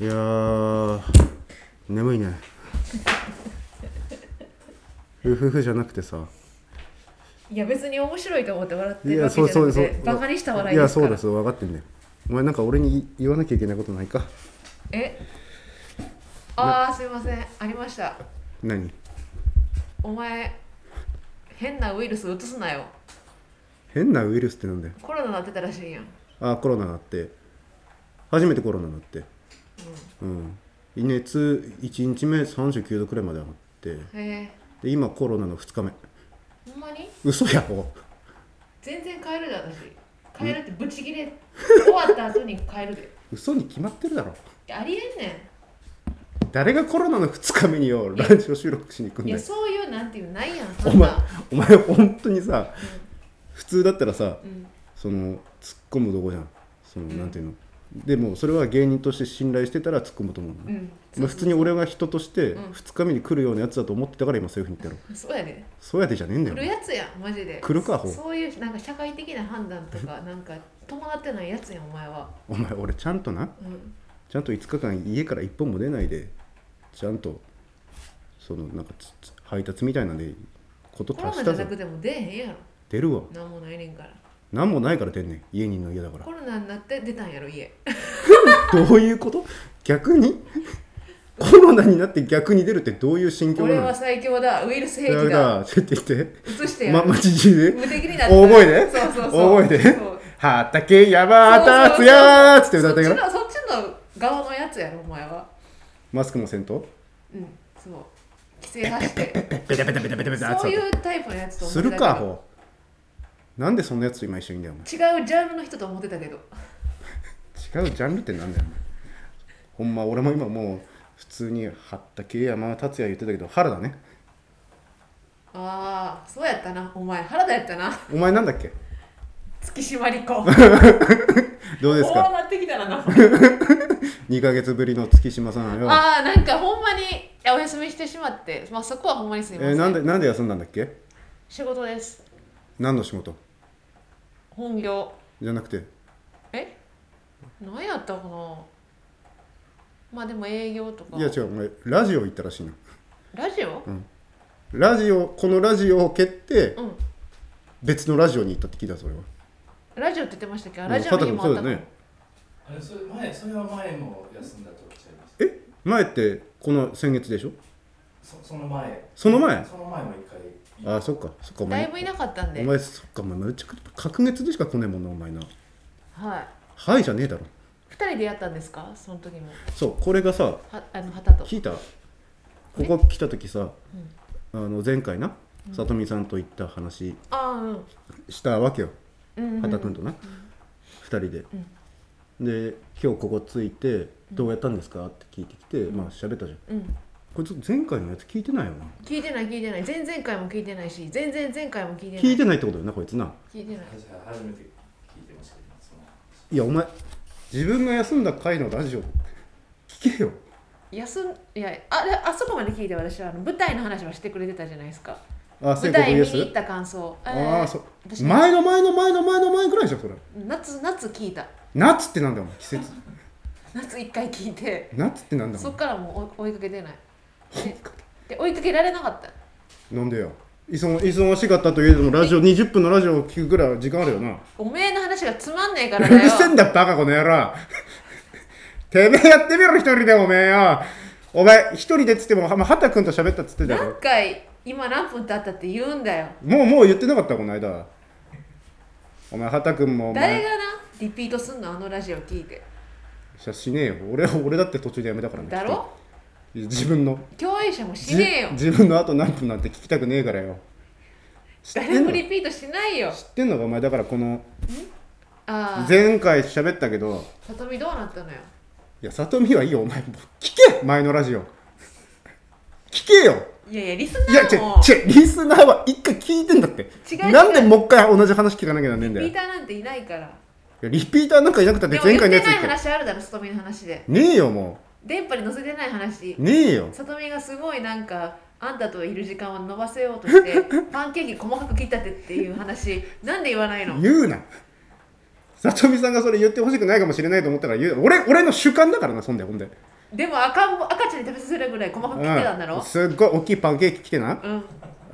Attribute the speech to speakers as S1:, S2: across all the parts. S1: いやー眠いねうふふじゃなくてさ
S2: いや別に面白いと思って笑って
S1: い
S2: る
S1: や
S2: わけじ
S1: そう
S2: ゃな
S1: そう
S2: く
S1: そう
S2: てバカにした笑い
S1: い
S2: で
S1: や
S2: すか
S1: そ
S2: ら
S1: うだそう分かってんだよお前なんか俺に言わなきゃいけないことないか
S2: えああすいませんありました
S1: 何
S2: お前変なウイルスうつすなよ
S1: 変なウイルスってなんだよ
S2: コロナなってたらしいやん
S1: あコロナなって初めてコロナなってうん、熱1日目39度くらいまで上がって
S2: へ
S1: で今コロナの2日目
S2: えほんまに
S1: 嘘やろ
S2: 全然変えるで私変えるってブチギレ終わった後に変えるで
S1: 嘘に決まってるだろ
S2: いやありえんね
S1: 誰がコロナの2日目によラジオ収録しに行くん
S2: んい
S1: だ
S2: や
S1: よ
S2: そういうなんていうないやんそ
S1: お
S2: ん
S1: 前
S2: な、
S1: お前本当にさ普通だったらさ
S2: うん、
S1: その突っ込むとこじゃんそのなんていうのでもそれは芸人として信頼してたら突っ込むと思うの、
S2: うん
S1: まあ普通に俺が人として
S2: うん
S1: 2日目に来るようなやつだと思ってたから今そういうふうに言ったろ
S2: そうやで
S1: そうやってじゃねえんだよ
S2: 来るやつやんマジで
S1: 来るかほ
S2: そそういうなんか社会的な判断とかなんか伴ってないやつやんお前は、
S1: お前俺ちゃんとな
S2: うん、
S1: ちゃんと5日間家から一本も出ないでちゃんとそのなんかつつ配達みたいなんでこと
S2: コロ
S1: 足し
S2: ナじゃ
S1: た
S2: な
S1: ぞ
S2: くても出えへんやろ
S1: 出るわ
S2: なんもないねんから
S1: 何もないから出んねん家人の家だから
S2: コロナになって出たんやろ家
S1: どういうこと逆にコロナになって逆に出るってどういう心境な
S2: 俺
S1: の
S2: は最強だウイルス兵
S1: だ
S2: 器だ
S1: からちょっと言っ
S2: 移して
S1: て
S2: や
S1: ま
S2: る、
S1: まじじで
S2: 無敵になった
S1: 大声で
S2: そうそうそ
S1: 大
S2: う
S1: 声で
S2: そう
S1: 「畑山達也」っつって歌った
S2: そっちの
S1: よ
S2: そっちの側のやつやろお前は
S1: マスクもせんと
S2: うんそう規制発して
S1: ペタペタペタペタペタっ
S2: そう
S1: て
S2: いうタイプのやつと思っ
S1: す
S2: て
S1: る
S2: たけ
S1: か
S2: ど
S1: ほうなんでそんなやつと今一緒にいんだよお前
S2: 違うジャンルの人と思ってたけど
S1: 違うジャンルってなんだよほんま俺も今もう普通に「畑山達也」言ってたけど原田ね
S2: ああそうやったなお前原田やったな
S1: お前なんだっけ
S2: 月島理子
S1: どうです
S2: こう
S1: か
S2: なってきたらな
S1: 2ヶ月ぶりの月島さんよ
S2: ああなんかほんまにいやお休みしてしまって、まあ、そこはほんまにす
S1: え
S2: みません、
S1: ーなんでなんで休んだんだっけ
S2: 仕事です
S1: 何の仕事
S2: 本業
S1: じゃなくて
S2: え何やったかなまあでも営業とか
S1: いや違うお前ラジオ行ったらしいな
S2: ラジオ
S1: ラジオこのラジオを蹴って
S2: うん
S1: 別のラジオに行ったって聞いたそれは
S2: ラジオって言ってましたっけ
S1: うん
S2: ラジオにもあ
S1: そう
S2: っ
S1: だよ
S2: たの
S1: ね
S3: あれそれ前それは前も休んだとちゃいました
S1: え前ってこの先月でしょ
S3: そその前
S1: その前
S3: その前も一回
S1: あそっかそっかお
S2: だい
S1: 前
S2: ぶいなかったん
S1: お
S2: で
S1: 前そっかお前めちゃくちゃ隔月でしか来ねえもんなお前な
S2: はい
S1: はいじゃねえだろ
S2: 二人でやったんですかその時も
S1: そうこれがさ
S2: はあの旗と
S1: 聞いたここ来た時さ、あの前回なさとみさんと行った話
S2: ああうん
S1: したわけよ
S2: うんうん、
S1: 畑君とな、二2人で、で今日ここ着いてどうやったんですかって聞いてきて、まあ喋ったじゃん
S2: うん、
S1: こいつ前回のやつ聞いてないよな
S2: 聞いてない聞いてない前々回も聞いてないし前々前回も聞いてない
S1: 聞いてないってことよなこいつな
S2: 聞いてない
S3: 初初めて聞いてましたけどその
S1: いやお前自分が休んだ回のラジオ聞けよ
S2: 休んいやあれあそこまで聞いて私はあの舞台の話はしてくれてたじゃないですか
S1: あ
S2: 舞
S1: 聖子
S2: 台見に行
S1: VS
S2: った感想
S1: あ
S2: えー
S1: あそ
S2: 私
S1: 前の前の前の前の前ぐらいでしょそれ
S2: 夏夏聞いた
S1: 夏ってなんだよお前季節
S2: 夏一回聞いて
S1: 夏ってなんだよ
S2: そ
S1: お
S2: っからもう追い追いかけてないでで追いかけられなかった
S1: 前なんでよ忙忙しかったといえどもラジオ20分のラジオを聞くぐらい時間あるよな
S2: おめえの話がつまんねえから
S1: う
S2: だ
S1: るせえ
S2: よ
S1: んだバカこの野郎 てめえやってみろ一人でおめえよお前一人でっつってもはまあ畑君と喋ったっつってたよ
S2: 何回今何分経ったって言うんだよ
S1: もうもう言ってなかったこの間お前畑君もお
S2: 誰
S1: 前
S2: がなリピートすんのあのラジオ聞いて
S1: しゃしねえよ俺俺だって途中でやめたからね
S2: だろ
S1: きっと自分の
S2: 共演者もしねえよ
S1: じ自分のあと何分なんて聞きたくねえからよ知って
S2: 誰
S1: ん
S2: も
S1: の
S2: リ
S1: 知
S2: ピートしないよ
S1: ってんのかお前だからこの
S2: ああ
S1: 前回喋ったけど
S2: さとみどうなったのよ
S1: いや里見はいいよお前もう聞け前のラジオ聞けよ
S2: いやいやリス
S1: いや、
S2: ナ
S1: 違
S2: ーも
S1: う、違う、リスナーは一回聞いてんだって。
S2: 違う
S1: なんでもう一回同じ話聞かなきゃなんねえんだよ。
S2: リ
S1: い
S2: ピーターなんていないから
S1: やリピーターなんかいなくたっ
S2: で
S1: て
S2: も言
S1: 前
S2: って
S1: 回の
S2: ない
S1: やつ言ってる
S2: 話あるだろさとみの話で
S1: ねえよ、も
S2: 電波に載せてない話
S1: う。ねえよ。
S2: さとみがすごいなんかあんたといる時間を延ばせよう としてパンケーキ細かく切ったってっていう話なんで言わないの
S1: 言うな。さとみさんがそれ言ってほしくないかもしれないと思ったから言う俺俺の主観だからなそんでほんで
S2: でも赤ん赤ちゃんに食べさせるぐらい細かく切ってたんだ
S1: う
S2: ろ
S1: んすっごい大きいパンケーキ来てな
S2: うんう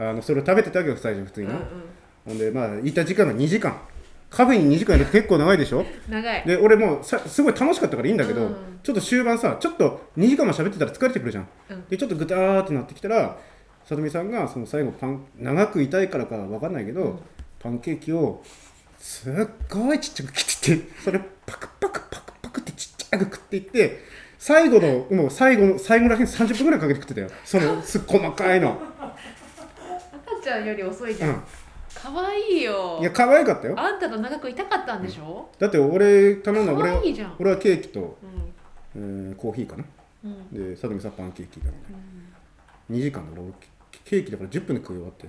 S2: ん
S1: あのそれを食べてたわけよ最初普通
S2: う
S1: にな、
S2: ん
S1: ほんでまあいた時間が2時間カフェに2時間やると結構長いでしょ
S2: 長い
S1: で俺もうさすごい楽しかったからいいんだけど、
S2: うん
S1: ちょっと終盤さちょっと2時間も喋ってたら疲れてくるじゃん、
S2: うん
S1: でちょっとグターってなってきたらさとみさんがその最後パン長くいたいからかわかんないけど、パンケーキをすっごいちっちゃく切っててそれパクパクパクパクってちっちゃく食っていって最後のもう最後の最後らへん30分ぐらいかけて食ってたよそ のすっ細かいの
S2: 赤ちゃんより遅いじ
S1: う
S2: ゃん、
S1: ん
S2: 可愛いよ
S1: いや可愛かったよ
S2: あんたと長くいたかったんでしょ、
S1: だって俺頼んだ俺
S2: 可
S1: は
S2: 愛いじゃん
S1: 俺はケーキと、
S2: うん
S1: えーコーヒーかな
S2: うん
S1: で佐藤さんパンケーキだみたいな2時間で俺ケーキだから10分で食い終わって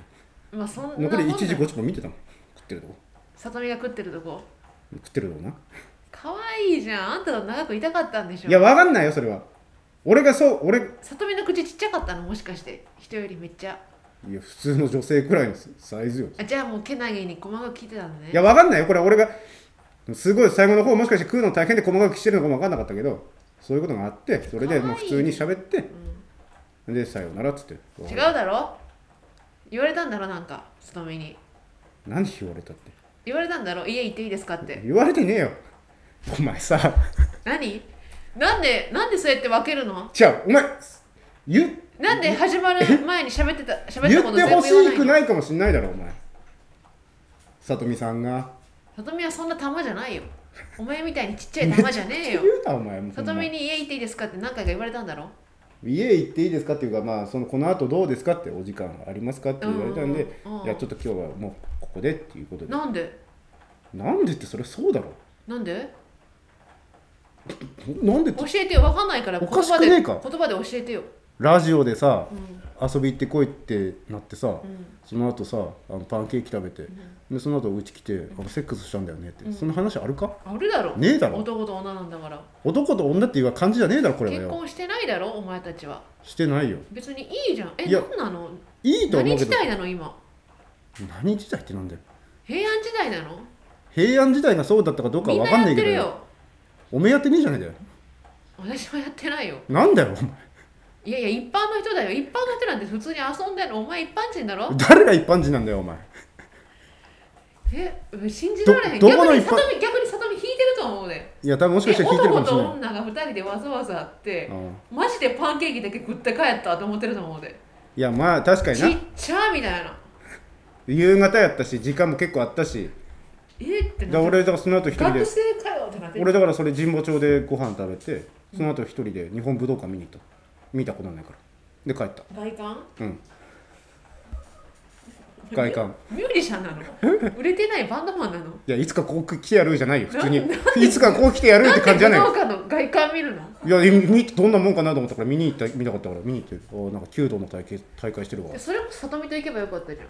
S2: まあそんなもん
S1: 残
S2: だ
S1: り1時50分見てたもん食ってるとこ
S2: さとみが食ってるとこ
S1: 食ってるとこな
S2: 可愛いじゃんあんたと長くいたかったんでしょ
S1: いやわかんないよそれは俺がそう俺
S2: さとみの口ちっちゃかったのもしかして人よりめっちゃ
S1: いや普通の女性くらいのサイズよ
S2: あじゃあもうけなげに細かく聞いてたのね
S1: いやわかんないよこれ俺がすごい最後の方もしかして食うの大変で細かくしてるのかもわかんなかったけどそういうことがあってそれでもう普通に喋って
S2: うん
S1: でさようならっつって
S2: 違うだろ言われたんだろなんかさとみに
S1: 何言われたって
S2: 言われたんだろ家行っていいですかって
S1: 言われてねえよお前さ
S2: 何なんでなんでそうやって分けるの
S1: 違うお前言っ
S2: なんで始まる前に喋ってた喋った
S1: 言
S2: こ
S1: って
S2: と全部言
S1: ほ
S2: わ
S1: し
S2: ない
S1: く
S2: の
S1: ないかもしんないだろお前さとみさんが
S2: さとみはそんな玉じゃないよお前みたいにちっちゃい玉じゃねえ
S1: 言
S2: よ
S1: うなお前もうほ
S2: さ
S1: んま
S2: とみに家行っていいですかって何回か言われたんだろ
S1: 家行っていいですかっていうかまあそのこの後どうですかってお時間ありますかって言われたんで
S2: うんうんうん
S1: いやちょっと今日はもうここでっていうことで
S2: なんで
S1: なんでってそれそうだろ
S2: なんで
S1: なんでって
S2: 教えてよ分かんないから
S1: お
S2: 言
S1: かし
S2: 葉
S1: く
S2: で
S1: ねえ
S2: 言
S1: か
S2: 葉で教えてよ、
S1: ラジオでさ
S2: うん
S1: 遊び行ってこいってなってさ
S2: うん
S1: その後さあのパンケーキ食べてでその後うち来てあのセックスしたんだよねってそんな話あるか
S2: あるだろ
S1: ねえだろ
S2: 男と女なんだから
S1: 男と女っていう感じじゃねえだろこれは
S2: 結
S1: よ
S2: 婚してないだろお前たちは
S1: してないよ
S2: 別にいいじゃんえ
S1: いや
S2: 何なの
S1: いいと思
S2: 何
S1: うけ
S2: 時
S1: ど
S2: 代なの今
S1: 何時代ってなんだよ
S2: 平安時代なの
S1: 平安時代がそうだったかどうか
S2: みん
S1: は分
S2: な
S1: かんない
S2: やって
S1: けど
S2: る
S1: よ
S2: よ
S1: お目当てねえじゃねえだよ
S2: 私はやってないよ
S1: なんだよお前
S2: いやいや一般の人だよ一般の人なんて普通に遊んでるのお前一般人だろ
S1: 誰が一般人なんだよお前
S2: え信じられへん
S1: ど
S2: 逆
S1: どこの
S2: に
S1: 一般
S2: さとみ逆にさとみ引いてると思うね
S1: いや多分もしかした
S2: え
S1: ら聞いてるか
S2: 男
S1: もしれ
S2: と
S1: ない
S2: 女が二人でわざわざ会って
S1: うん
S2: マジでパンケーキだけ食って帰ったと思ってると思うで
S1: いやまあ確かに
S2: ちっ
S1: な
S2: ちゃみたいな
S1: 夕方やったし時間も結構あったし
S2: えって
S1: だ俺だからその後一人
S2: 学
S1: で
S2: 生かよってなってる
S1: 俺だからそれ神保町でご飯食べてその後一人で日本武道館見に行った見たことないからで帰った
S2: 外観
S1: うん外観
S2: ミュージシャンなの売れてないバンドマンなの
S1: いやいつかこう来てやるじゃないよ普通に
S2: なんなん
S1: いつかこう来てやるって感じじゃないよ
S2: なんで武道館の外観見るの
S1: いやみ見どんなもんかなと思ったから見に行った見なかったから見に行ってあーなんか弓道の大会大会してるわ
S2: それもさとみと行けばよかったじゃん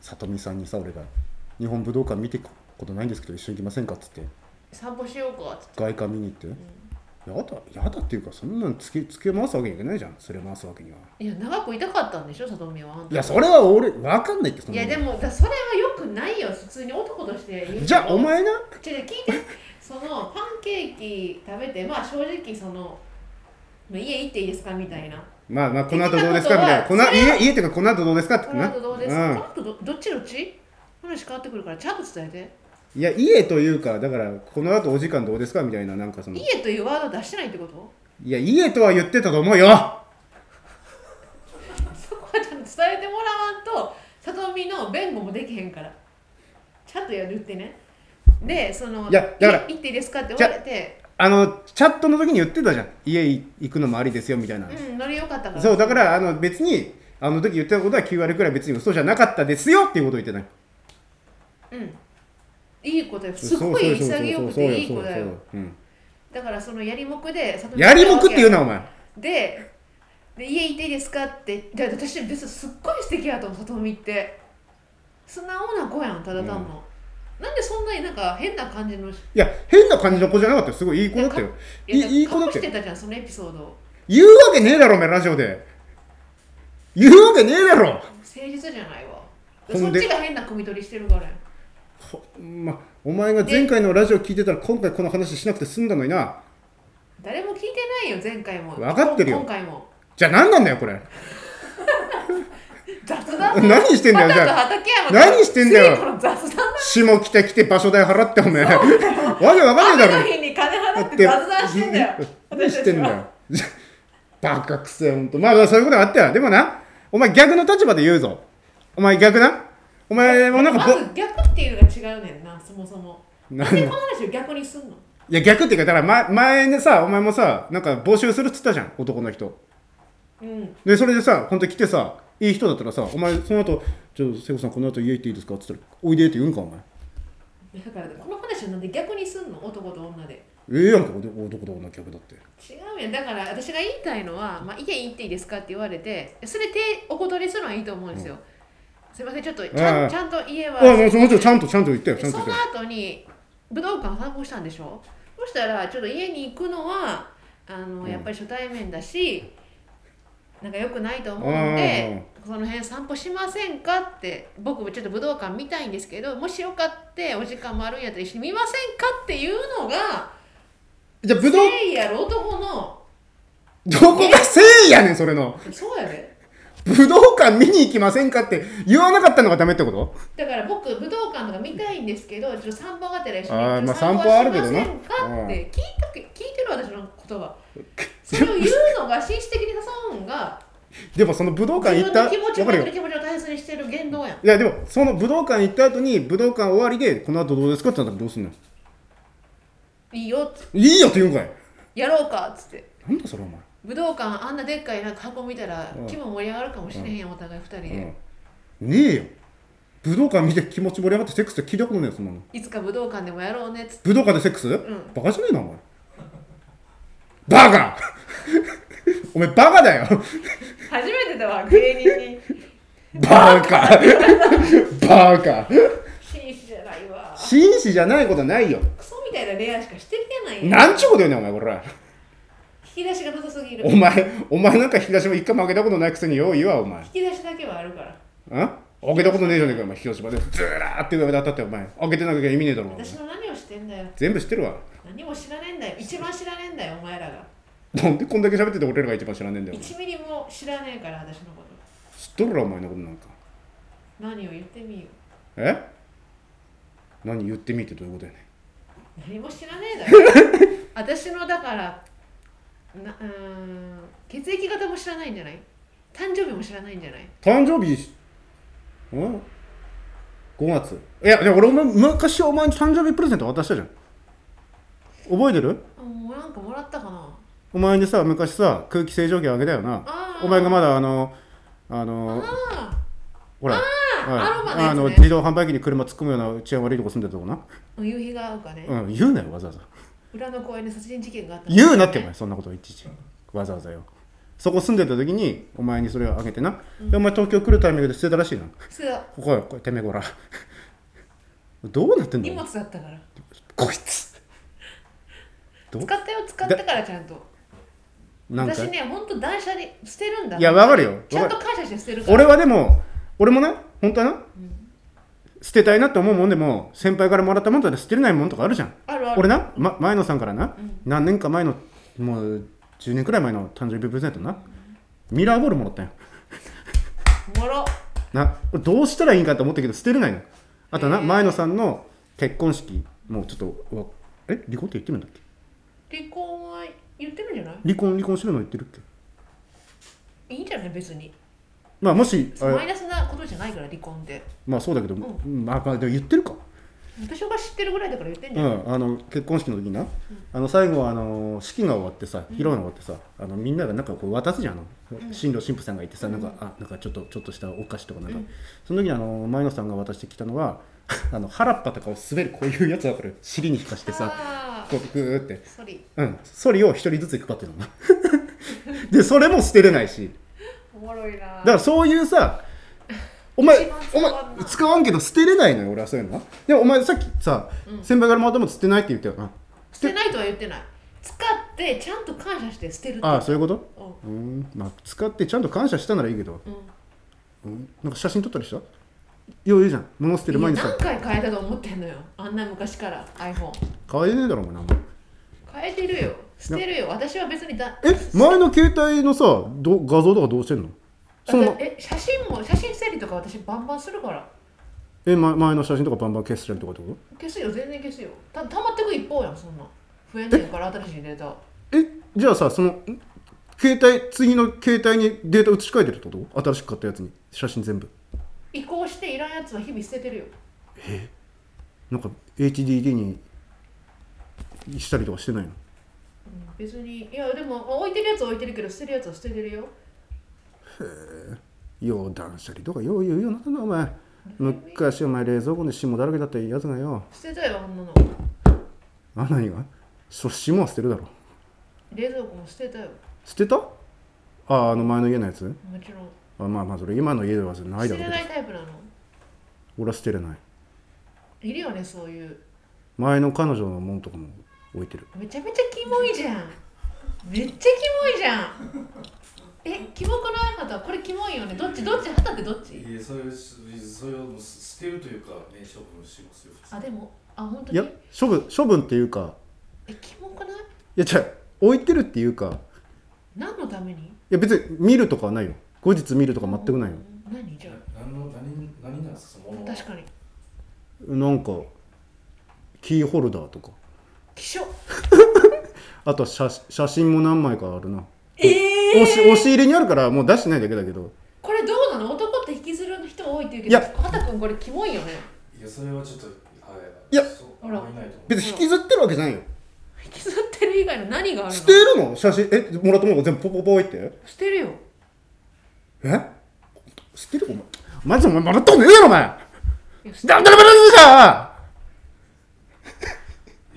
S1: 里見さんにさ俺が日本武道館見てくことないんですけど一緒に行きませんかっつって
S2: 散歩しようかっつって
S1: 外観見に行って、やだやだっていうかそんなんつけつけ回すわけにはいけないじゃんそれ回すわけにはい
S2: や長くいたかったんでしょさとみはあんた
S1: いやそれは俺分かんないってそ
S2: い
S1: んな
S2: や
S1: の
S2: でもだそれはよくないよ普通に男として言うけど
S1: じゃあお前な
S2: 違う違う聞いてそのパンケーキ食べてまあ正直そのまあ家行っていいですかみたいな
S1: まあまあこの後どうですかみたいなこの
S2: それは
S1: 家家っていうかこの後どうですかって
S2: この
S1: な
S2: 後どうです
S1: うん
S2: かこの後どどっちどっち話変わってくるからちゃんと伝えて
S1: いや家というかだからこの後お時間どうですかみたいななんかその
S2: 家というワード出してないってこと
S1: いや家とは言ってたと思うよ
S2: そこはちゃんと伝えてもらわんとさとみの弁護もできへんからちゃんとやるってねでその
S1: いやだから
S2: い行っていいですかって言われて
S1: あのチャットの時に言ってたじゃん家行くのもありですよみたいな、
S2: うん乗りよかったから
S1: そうだからあの別にあの時言ってたことは9割くらい別に嘘じゃなかったですよっていうことを言ってない
S2: うんいいことよすごい潔くていい子だよ
S1: うん
S2: だからそのやりもくで里見
S1: やりもくって言う
S2: の
S1: なお前
S2: でで家行っていいですかってで私別にすっごい素敵やと思う里見って素直な子やんただ単の、なんでそんなになんか変な感じのい
S1: いや変な感じの子じゃなかったよすごいいい子だったよい
S2: や
S1: いい子だっ
S2: 隠
S1: た
S2: して
S1: よ
S2: たじゃんそのエピソードを
S1: 言うわけねえだろお前ラジオで言うわけねえだろ
S2: 誠実じゃないわ
S1: ほん
S2: そっ
S1: で
S2: ちが変な汲み取りしてるからやん
S1: ほまあお前が前回のラジオ聞いてたら今回この話しなくて済んだのにな
S2: 誰も聞いてないよ前回も
S1: わかってるよ
S2: 今回も
S1: じゃあ何なんだよこれ
S2: 雑 談
S1: 何してんだよ
S2: パ
S1: じ
S2: タ
S1: ゃ
S2: と
S1: あ
S2: 畠山
S1: 何してんだよ
S2: ついこの雑談
S1: 下来て来て場所代払っておめえわけわかんねえだろ
S2: 雨の日に金払って雑談してんだよ
S1: 何してんだ
S2: 私たちは
S1: よ バカくせえほんとまあまあそういうことがあったよでもなお前逆の立場で言うぞお前逆なお前もなん
S2: ま
S1: かぼ
S2: ず逆っていうのが違うねんなそも そもなんでこの話を逆にすんの
S1: いや逆っていうかだから前前ねさお前もさなんか募集するっつったじゃん男の人
S2: うん
S1: でそれでさ本当に来てさいい人だったらさお前その後ちょっと聖子さんこの後家行っていいですか?」っつったら「おいで」って言うんかお前
S2: だからこの話をなんで逆にすんの男と女で
S1: ええやんか男男と女客だって
S2: 違うやんだから私が言いたいのは「まあ、家行っていいですか?」って言われてそれでお断りするのはいいと思うんですよ、すいませんちょっとち
S1: あ
S2: ゃ
S1: あ
S2: んちゃんと家は
S1: あもうもちろんちゃんとちゃんと言ったよちゃんと
S2: そ
S1: 言
S2: の
S1: ったよ
S2: 後に武道館散歩したんでしょそしたらちょっと家に行くのはあの、
S1: うん
S2: やっぱり初対面だしなんか良くないと思うんでその辺散歩しませんかって僕もちょっと武道館見たいんですけどもしよかってお時間もあるんやったら一緒に見ませんかっていうのが
S1: じゃあ武道
S2: 誠意ある男の
S1: どこがせいやねんそれの
S2: そうやで
S1: 武道館見に行きませんかって言わなかったのがダメってこと
S2: だから僕武道館とか見たいんですけどちょっと散歩がてら一緒に
S1: あーまあ
S2: 散歩
S1: 散歩はあ
S2: はし
S1: るけ
S2: ま
S1: ど
S2: せん
S1: な
S2: かって聞いとけ聞いてる私の言葉それを言うのが紳士的に誘うんが
S1: でもその武道館行
S2: 自
S1: った
S2: 分の気持ちを
S1: わか
S2: 本
S1: る
S2: 当
S1: よ
S2: の気持ちを大切にしてる言動やん
S1: いやでもその武道館行った後に武道館終わりでこの後どうですかってなったらどうすんの
S2: いいよっつ
S1: いいよって言うんかい
S2: やろうかっつって
S1: なんだそれお前
S2: 武道館あんなでっかいなんか箱見たら
S1: うん
S2: 気分盛り上がるかもしれへんやんお互い二人で
S1: うんねえよ武道館見て気持ち盛り上がってセックスって聞いたことないよそんなの
S2: いつか武道館でもやろうねっつって
S1: 武道館でセックス、
S2: ん
S1: バカじゃねえなお前バカ お前バカだよ
S2: 初めてだわ芸人に
S1: バカバカ
S2: 紳士じゃないわ
S1: 紳士じゃないことはないよ
S2: クソみたいな恋愛しかしてきてないやん
S1: なんちゅうことよねお前こら
S2: 引き出しがなさすぎる
S1: お前お前なんか引き出しも一回負けたことないくせによう言うわお前
S2: 引き出しだけはあるから
S1: ん開けたことねえじゃねえかお前広島でずらーって上で当たってお前開けてなきゃ意味ねえだろお前
S2: 私の何をしてんだよ
S1: 全部知ってるわ
S2: 何も知らねえんだよ一番知らねえんだよお前らが
S1: なんでこんだけ喋ってて俺らが一番知らねえんだよお前
S2: 1ミリも知らねえから私のこと
S1: 知っとるらお前のことなんか
S2: 何を言ってみよ
S1: え何言ってみてどういうことやね
S2: 何も知らねえだろ 私のだからなうーん血液型も知らないんじゃない誕生日も知らないんじゃない
S1: 誕生日ん5月いやでも俺お前昔お前に誕生日プレゼント渡したじゃん覚えてる
S2: あもうなんかもらったかな
S1: お前にさ昔さ空気清浄機あげたよな
S2: あー
S1: お前がまだあのあの
S2: あ
S1: ほら
S2: ーアロマのやつね
S1: あの自動販売機に車突っ込むような治安悪いとこ住んでたとこな、
S2: あ夕日が合うかね、
S1: うん、言うなよわざわざ
S2: 裏の公園で殺人事件があったの
S1: 言うなってお前そんなこといちいちわざわざよそこ住んでた時にお前にそれをあげてな、でお前東京来るタイミングで捨てたらしいな
S2: そうだ
S1: ここよこれてめえこらどうなってん
S2: 荷
S1: の
S2: 物だったから
S1: こいつどう
S2: 使ったよ使ったからちゃんと
S1: なんか
S2: 私ねほんと断捨離捨てるんだ
S1: いやわかるよ
S2: ちゃん
S1: わか
S2: と感謝して捨てるから
S1: 俺はでも俺もね本当はな、捨てたいなって思うもんでも先輩からもらったもんとかで捨てれないもんとかあるじゃん
S2: あるある
S1: 俺な、ま、前野さんからな、何年か前のもう10年くらい前の誕生日プレゼントな、ミラーボールもらったよ
S2: もろ
S1: な俺どうしたらいいんかと思ったけど捨てれないのあとな、
S2: へえ
S1: 前野さんの結婚式もうちょっとわえ離婚って言ってるんだっけ
S2: 離婚は言ってるんじゃない
S1: 離婚離婚するの言ってるっけ
S2: いいんじゃない別に
S1: まあもしあ
S2: マイナスなことじゃないから離婚って
S1: まあそうだけど、
S2: う
S1: まあまあでも言ってるか
S2: 私が知ってるぐらいだから言ってんじ
S1: う
S2: ゃない、
S1: ん、あの結婚式の時にな、あの最後はあの式が終わってさ披露が終わってさ、あのみんながなんかこう渡すじゃんあの新郎新婦さんがいてさ、なんかあなんかちょっとちょっとしたお菓子とかなんか、その時にあの前野さんが渡してきたのは あの原っぱとかを滑るこういうやつだから尻に引かしてさ
S2: あ
S1: こうグーって
S2: あソリ
S1: うんそれを一人ずつ配ってるの なでそれも捨てれないし
S2: おもろいな
S1: だからそういうさお前
S2: 一番使
S1: お前
S2: わんな
S1: 使わんけど捨てれないのよ俺はそういうのはでもお前さっきさ、先輩からもらったもん捨てないって言ったよな
S2: 捨てないとは言ってない使ってちゃんと感謝して捨てるって
S1: ああそういうこと
S2: うん
S1: うーんまあ使ってちゃんと感謝したならいいけど、
S2: うん
S1: うん、なんか写真撮ったりしたよう言うじゃん飲ませてる前にさ
S2: 何回変えたと思ってんのよあんな昔から iPhone
S1: 変えねえだろお前なんも
S2: 変えてるよ捨てるよ私は別にだ
S1: え前の携帯のさど画像とかどうしてんのその
S2: え写真も写真整理とか私バンバンするから
S1: えま前の写真とかバンバン消したりとかってこ
S2: 消すよ全然消すよた溜まってく一方やんそんな増えてるから新しいデータ
S1: とえじゃあさそのん携帯次の携帯にデータ移し替えてるってこと新しく買ったやつに写真全部
S2: 移行していらんやつは日々捨ててるよ
S1: なんか HDD にしたりとかしてないの
S2: うん別にいやでも置いてるやつは置いてるけど捨てるやつは捨ててるよ
S1: よう断捨離とかよう言うようになったなお前昔お前冷蔵庫で霜だらけだったやつがよ
S2: 捨てたよあんなの
S1: あ何がそ霜は捨てるだろ
S2: 冷蔵庫も捨てたよ
S1: 捨てたああの前の家のやつ
S2: もちろん
S1: あまあまあそれ今の家ではないだろうけ
S2: 捨てれ
S1: ど
S2: ないタイプなの
S1: 俺は捨てれない
S2: いるよねそういう
S1: 前の彼女のもんとかも置いてる
S2: めちゃめちゃキモいじゃんめっちゃキモいじゃんえキモくないまたこれキモいよねどっちどっち旗ってどっち
S3: いえ、それ、それを捨てるというか、ね、処分しますよ。
S2: あでもあ本当
S1: いや
S2: に
S1: 処分処分っていうか
S2: えキモくない
S1: いや違う置いてるっていうか
S2: 何のために
S1: いや別に見るとかはないよ後日見るとか全くないよ
S2: 何じゃ
S3: 何の、何、何なんですか、そ
S2: あ
S3: のものは。
S2: 確かに
S1: なんかキーホルダーとか
S2: 気象
S1: あとは写写真も何枚かあるな
S2: え
S1: 押し押し入れにあるからもう出してないだけだけど
S2: これどうなの男って引きずる人多いって言うけ
S1: い
S2: ど
S1: や
S2: 畑君これキモいよね
S3: いや、それはちょっと、はい。
S1: いや
S3: そう、あんまりないと思う。
S1: 別に引きずってるわけじゃないよ
S2: 引きずってる以外の何があるの
S1: 捨てるの写真えもらったものが全部ポポポイって
S2: 捨てるよ
S1: え捨てるお前マジでお前もらったことねえだろお前
S2: いや捨て
S1: ダラダラダラダラ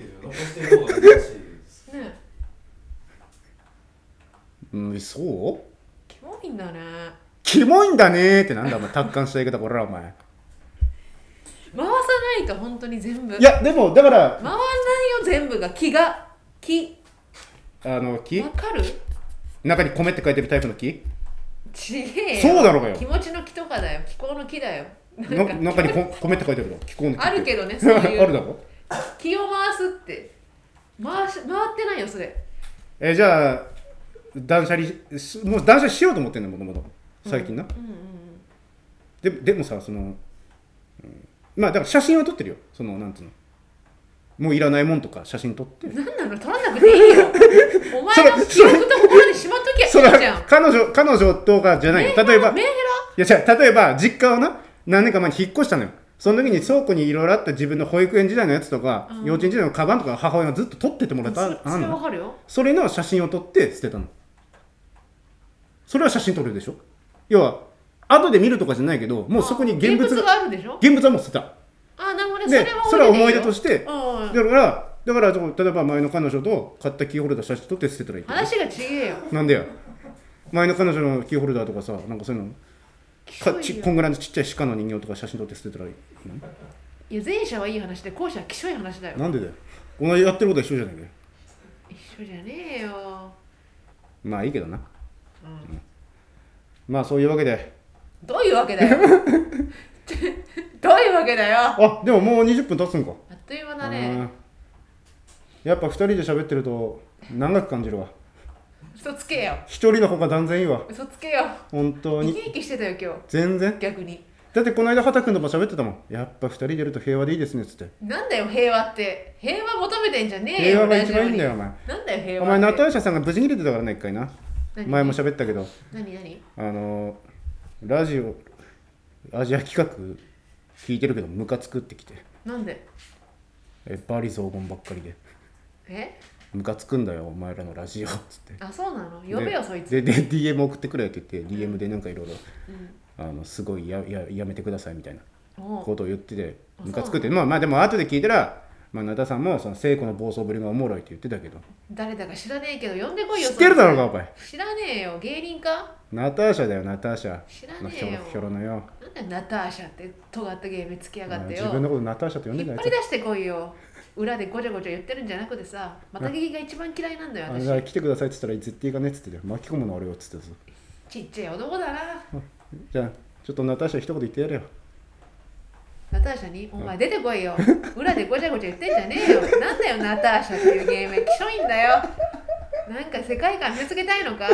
S3: いや残してる方が正しいです。
S2: ねえ
S1: うんそう
S2: キモいんだね
S1: キモいんだねーってなんだお前達観した言い方これらお前
S2: 回さないと本当に全部
S1: いやでもだから
S2: 回んないよ全部が気が気
S1: あの木
S2: わかる
S1: 中に米って書いてるタイプの木
S2: ちげえ
S1: そうだろうがよ
S2: 気持ちの気とかだよ気候の気だよ
S1: な中にこ米って書いてあるの気候の木って
S2: あるけどねそういう
S1: あるだろ
S2: 気を回すって回し回ってないよそれ
S1: えーじゃあ断捨離しもう断捨離しようと思ってんのもともと最近な、
S2: うんうん
S1: ででもさその、うんまあだから写真は撮ってるよそのなんつうのもういらないもんとか写真撮って
S2: うん何なの取らなくて いいよお前の記憶とここまでしまっときゃ
S1: それ
S2: いいじゃん
S1: は彼女彼女とかじゃないよ例えば
S2: メンヘ
S1: いや違う例えば実家をな何年か前に引っ越したのよその時に倉庫にいろいろあった自分の保育園時代のやつとか、
S2: うん
S1: 幼稚園時代のカバンとか母親がずっと撮っててもら
S2: ラ
S1: った
S2: そ
S1: あ
S2: そ
S1: ん
S2: れわ
S1: の
S2: かるよ
S1: それの写真を撮って捨てたのそれは写真撮るでしょ要は後で見るとかじゃないけどもうそこに現物
S2: あ現
S1: が
S2: あるでしょ
S1: 現物はもう捨てた
S2: あなるほどね
S1: でそ
S2: そ
S1: れ
S2: れ
S1: は
S2: は
S1: 思い
S2: で
S1: 出
S2: よ
S1: として
S2: うんうん
S1: だからだから例えば前の彼女と買ったキーホルダー写真撮って捨てたらいいと思う
S2: 話がちげえよ
S1: なんでや前の彼女のキーホルダーとかさなんかそういうの
S2: き
S1: か
S2: しょ
S1: ち
S2: い
S1: こ
S2: よ
S1: んぐらいのちっちゃい鹿の人形とか写真撮って捨てたらいいの
S2: いや前者はいい話で後者はきしょい話だよ
S1: なんでだよ同じやってることは一緒じゃないかよ
S2: 一緒じゃねえよ
S1: まあいいけどな、まあそういうわけで
S2: どういうわ けだよどういうわけだよあ
S1: あでももう20分経つんか
S2: っという間だね
S1: うんやっぱ2人で喋ってると長く感じるわ
S2: 嘘つけよ
S1: 1人の方が断然いいわ
S2: 嘘つけよ
S1: 本当
S2: 生き
S1: に
S2: 生きしてたよ今
S1: 全然
S2: 日逆に
S1: だってこの間畑君とも喋ってたもんやっぱ2人出ると平和でいいですねっつって
S2: なんだよ平和って平和求めてんじゃねえ
S1: 平
S2: よ
S1: 和が一番いいんだよお前
S2: なんだよ平
S1: お
S2: 和
S1: 前ナ
S2: って
S1: ターシャさんが無事切れてたからね一回な
S2: 何
S1: 前も喋ったけど
S2: 何何
S1: あのラジオアジア企画聞いてるけどムカつくってきて
S2: なんで
S1: えバリ雑言ばっかりで
S2: え
S1: ムカつくんだよお前らのラジオっつって
S2: あそうなの呼べよ
S1: で
S2: そいつ
S1: でで DM 送ってくれって言って DM でなんかいろいろ
S2: うん
S1: あのすごいやややめてくださいみたいな
S2: お
S1: こ
S2: う
S1: とを言ってて
S2: あ
S1: ムカつくってまあまあでも後で聞いたらまあ、ナタさんもその聖子の暴走ぶりがおもろいって言ってたけど
S2: 誰だか知らねえけど呼んでこいよ
S1: 知ってるだろうが
S2: そい
S1: お前
S2: つ知らねえよ芸人か
S1: ナターシャだよナターシャ
S2: 知ら
S1: の
S2: ね
S1: ひ
S2: え
S1: ょ
S2: よ
S1: ろひょろのよ
S2: なんだよナターシャって尖ったゲームつきやがってよ
S1: 自分のことナターシャと呼んで
S2: 引
S1: た
S2: っ
S1: や
S2: 張
S1: つ
S2: り出してこいよ裏でごちゃごちゃ言ってるんじゃなくてさまた劇が一番嫌いなんだよ
S1: あ
S2: 私
S1: じゃあ来てくださいって言ったら絶対行かねえっつってたよ巻き込むのあれよっつってたぞ
S2: ちっちゃい男だな
S1: じゃあちょっとナターシャ一言言ってやれよ
S2: ナターシャに「お前出てこいよ裏でごちゃごちゃ言ってんじゃねえよなんだよナターシャっていう芸名きしょいんだよなんか世界観見つけたいのか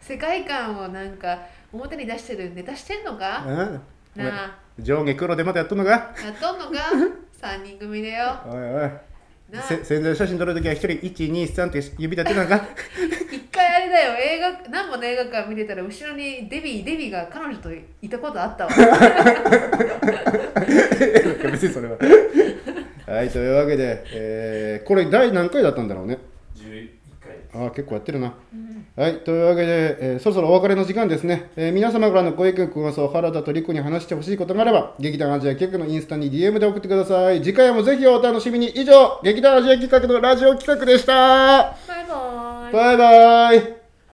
S2: 世界観をなんか表に出してるネタしてんのか
S1: うんお前
S2: なあ
S1: 上下黒でまたやっとんのか
S2: やっとんのか3人組でよ
S1: おいおい
S2: なあ
S1: せ宣材写真撮るときは一人123って指立て なんか
S2: 一回あれだよ映画何本の映画館見てたら後ろにデビーデビーが彼女といたことあったわ
S1: いや別にそれははいというわけで、えーこれ第何回だったんだろうね
S3: 11回です。
S1: ああ結構やってるな
S2: うん
S1: はいというわけで、えーそろそろお別れの時間ですね、えー皆様からのご意見ご感想原田とりっこに話してほしいことがあれば劇団アジア企画のインスタに DM で送ってください次回もぜひお楽しみに以上劇団アジア企画のラジオ企画でした
S2: バイバーイ
S1: バイバイ